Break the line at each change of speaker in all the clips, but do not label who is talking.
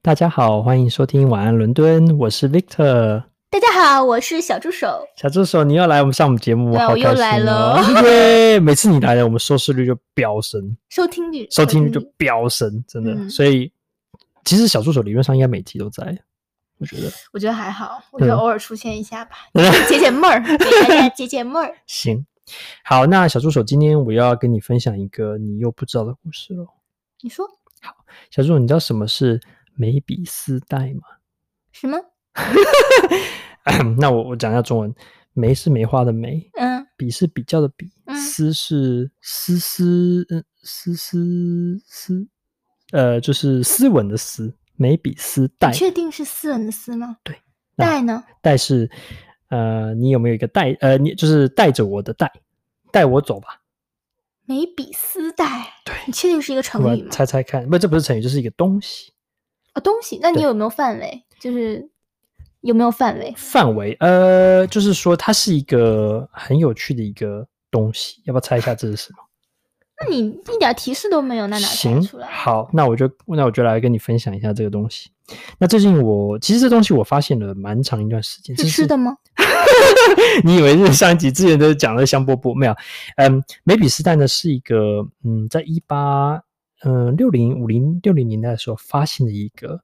大家好，欢迎收听《晚安伦敦》，我是 Victor。
大家好，我是小助手。
小助手，你又来我们上我们节目，
对啊
好
我又
开心
来
哦！ 对，每次你来了，我们收视率就飙 升，
收听率，
收听率就飙升，真的。
嗯
所以其实小助手理论上应该每集都在，我觉得
我觉得还好，我觉得
嗯
偶尔出现一下吧，解解 闷儿，给大家解解闷儿。
行。好，那小助手，今天我又要跟你分享一个你又不知道的故事喽。
你说
小助手，你知道什么是眉笔丝带吗？
什么？
那我我讲一下中文，眉是梅花的眉，
嗯，
比是比较的比，
嗯
丝是丝丝嗯丝丝丝，呃，就是斯文的斯，眉笔丝带
你确定是斯文的斯吗？
对，那
带呢？
带是呃，你有没有一个带呃，你就是带着我的带，带我走吧。
眉笔丝带，
对
你确定是一个
我
成语吗？
猜猜看，不，这不是成语，这是一个东西
啊，东西？那你
对
有没有范围？就是有没有范围？
范围。呃，就是说它是一个很有趣的一个东西，要不要猜一下这是什么？
那你一点提示都没有，那哪猜
行
出，来？
好，那我就那我就来跟你分享一下这个东西。那最近我其实这东西我发现了蛮长一段时间，
是
这
吃的吗？
你以为是上一集之前都讲的香饽饽没有？嗯，梅比斯蛋呢是一个嗯，在一八嗯六零五零六零年代的时候发现的一个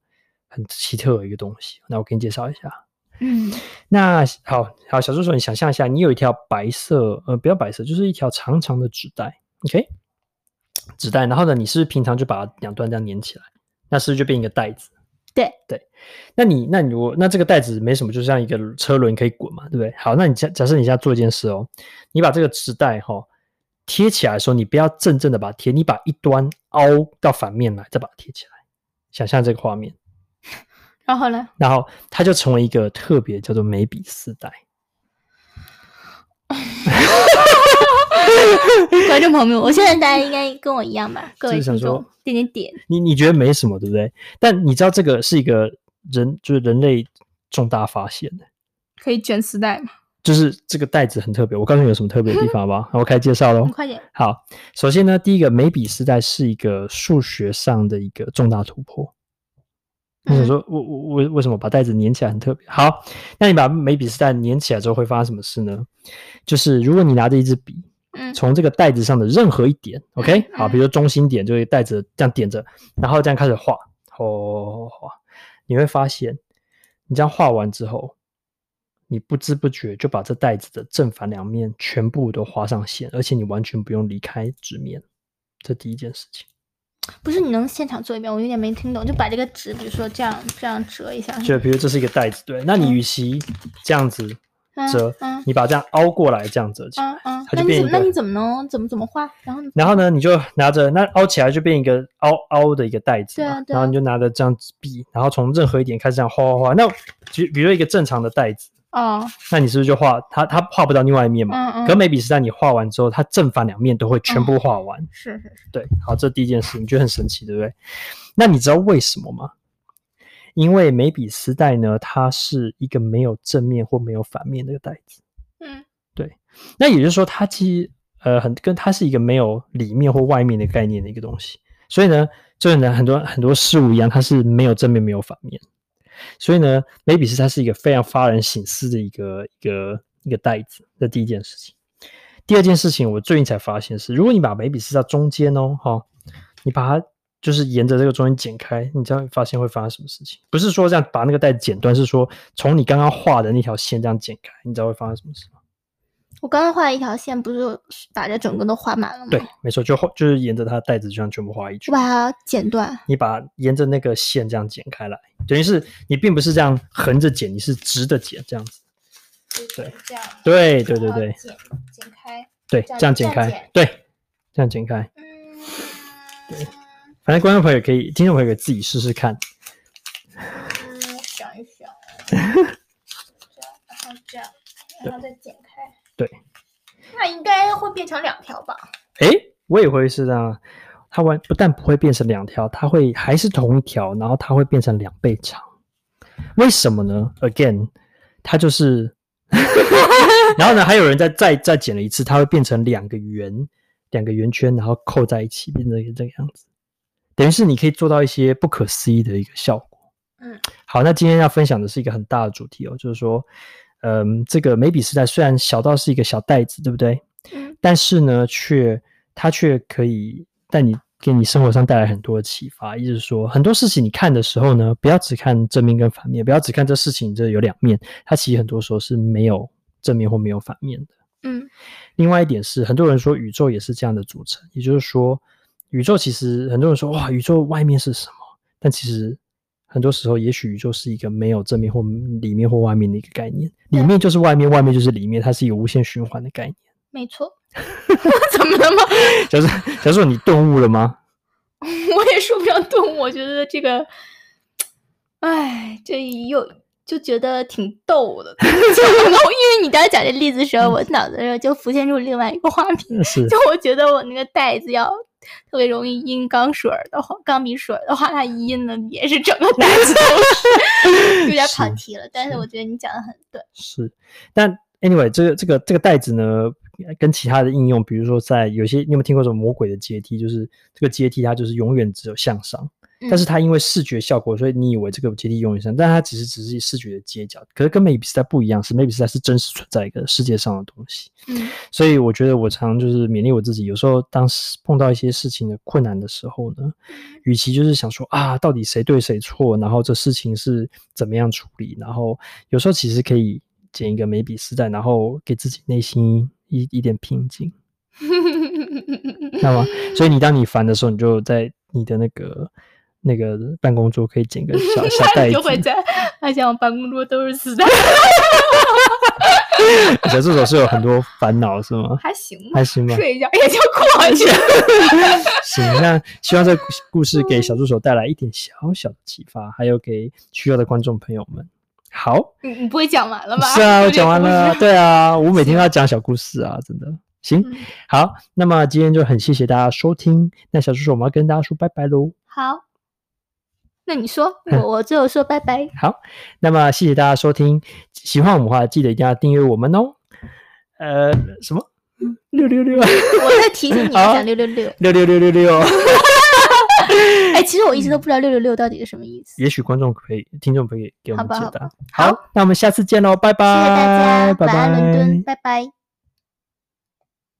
很奇特的一个东西。那我给你介绍一下。
嗯，
那好好，小助手，你想象一下，你有一条白色呃，不要白色，就是一条长长的纸带，OK，纸带。然后呢，你是不是平常就把它两端这样粘起来？那是不是就变一个袋子？
对
对，那你那你如果那这个袋子没什么，就像一个车轮可以滚嘛，对不对？好，那你假假设你现在做一件事哦，你把这个纸带哈、贴起来的时候，你不要正正的把它贴，你把一端凹到反面来，再把它贴起来，想象这个画面，
然后呢？
然后它就成为一个特别叫做眉笔丝带。
观众朋友们，我相信大家应该跟我一样吧？各位
就是想
听
说
众，点点点，
你你觉得没什么，对不对？但你知道这个是一个人，就是人类重大发现，
可以卷丝带吗？
就是这个袋子很特别。我告诉你有什么特别的地方吧，我开始介绍喽
你。快点。
好，首先呢，第一个眉笔时代是一个数学上的一个重大突破。你想
嗯
说，我我我为什么把袋子粘起来很特别？好，那你把眉笔时代粘起来之后会发生什么事呢？就是如果你拿着一支笔，
嗯
从这个袋子上的任何一点，OK，好，
嗯
比如说中心点就是袋子这样点着，然后这样开始画，画画画画，你会发现，你这样画完之后，你不知不觉就把这袋子的正反两面全部都画上线，而且你完全不用离开纸面，这第一件事情，
不是，你能现场做一遍？我有点没听懂，就把这个纸，比如说这样这样折一下，
就比如这是一个袋子，对，那你与其这样子
嗯
折，
嗯
你把这样凹过来这样折起来。
嗯嗯，
它
那
就变一
你怎么那
个
你怎么能怎么怎么画？然后呢
然后呢，你就拿着那凹起来就变一个凹凹的一个袋子
对
嘛，
啊对
然后
啊
你就拿着这样子笔，然后从任何一点开始这样画画画。那比比如一个正常的袋子，
哦，
那你是不是就画它？它画不到另外一面嘛？
嗯嗯，
可眉笔是在你画完之后，它正反两面都会全部画完。
是是是，
对，好，这第一件事你觉得很神奇，对不对？那你知道为什么吗？因为眉笔丝带呢，它是一个没有正面或没有反面的一个袋子。
嗯
那也就是说，它其实呃很跟它是一个没有里面或外面的概念的一个东西。所以呢，就是呢很多很多事物一样，它是没有正面没有反面。所以呢，眉笔是它是一个非常发人省思的一个一个一个袋子。这第一件事情。第二件事情，我最近才发现是，如果你把眉笔是在中间哦，哈、你把它就是沿着这个中间剪开，你这样发现会发生什么事情？不是说这样把那个袋子剪断，是说从你刚刚画的那条线这样剪开，你知道会发生什么事吗？
我刚刚画了一条线，不是把这整个都画满了吗？
对，，没错，就画就是沿着它的带子这样全部画一
我
圈
把。它剪断。
你把沿着那个线这样剪开来，等于是你并不是这样横着剪，你是直的剪这样子。对，
这样，
对对对对
剪剪开，
对，
这样
这样剪
这样
开
剪，
对，这样剪开。
嗯，
对反正观众朋友也可以，听众朋友也可以自己试试看。
嗯，我想一 想，这样，然后这样，然后再剪开，
对，
那应该会变成两条吧？
诶，我也会是这样啊，它完不但不会变成两条，它会还是同一条，然后它会变成两倍长。为什么呢？Again，它就是，然后呢，还有人再再再剪了一次，它会变成两个圆，两个圆圈，然后扣在一起，变成一个这个样子。等于是你可以做到一些不可思议的一个效果。好，那今天要分享的是一个很大的主题哦，就是说，嗯，这个眉笔时代虽然小到是一个小袋子，对不对？
嗯
但是呢，却它却可以带你给你生活上带来很多的启发。意思是说，很多事情你看的时候呢，不要只看正面跟反面，不要只看这事情这有两面，它其实很多时候是没有正面或没有反面的。
嗯
另外一点是，很多人说宇宙也是这样的组成，也就是说，宇宙其实很多人说哇，宇宙外面是什么？但其实很多时候，也许宇宙是一个没有正面或里面或外面的一个概念，里面就是外面，外面就是里面，它是一个无限循环的概念。
没错。 怎么了吗？
小 树，小树，你顿悟了吗？
我也说不上动，我觉得这个，哎，这又就觉得挺逗的。 然后因为你刚才讲这例子的时候，我脑子里就浮现出另外一个画面，
是
就我觉得我那个袋子要特别容易阴钢水儿的话，钢笔水儿的话，它一阴呢也是整个袋子都是，有点跑
是
题了。但是我觉得你讲的很对，
是，但 anyway，这个这个这个袋子呢，跟其他的应用，比如说在有些你有没有听过什么魔鬼的阶梯？就是这个阶梯它就是永远只有向上，
嗯
但是它因为视觉效果，所以你以为这个阶梯永远上，但它其实只是视觉的街角。可是跟 Maybe 时代不一样，是 Maybe 时代是真实存在一个世界上的东西。
嗯
所以我觉得我常就是勉励我自己，有时候当时碰到一些事情的困难的时候
嗯
呢，与其就是想说啊，到底谁对谁错，然后这事情是怎么样处理，然后有时候其实可以捡一个眉笔丝带，然后给自己内心一一点平 静，
嗯，
知道吗？所以你当你烦的时候，你就在你的那个那个办公桌可以捡个 小小
那
袋
你
子
就，会在发现我办公桌都是死的，
小助手是有很多烦恼是吗？
还行吧
还，行吧。
睡一觉 也就过 去了。
行，那希望这故故事给小助手带来一点小小的启发，还有给需要的观众朋友们。好，
你你不会讲完了吧？
是啊，我
这
讲
个
完
故事
了。。对啊，我每天都要讲小故事啊，真的。行，
嗯
好，那么今天就很谢谢大家收听。那小助手，我们要跟大家说拜拜喽。
好，那你说，
嗯
我我最后说拜拜。
好，那么谢谢大家收听，喜欢我们的话，记得一定要订阅我们哦。呃，什么？六六六
我在提 醒你要讲六六六。
六六六六六，哦
哎，其实我一直都不知道六六六到底是什么意 思。
也许观众可以，听众可以给我
好
们
吧
解
好吧
答。
好
好，那我们下次见喽，拜拜，
谢谢大家，
拜
晚安，伦
拜
敦，拜拜。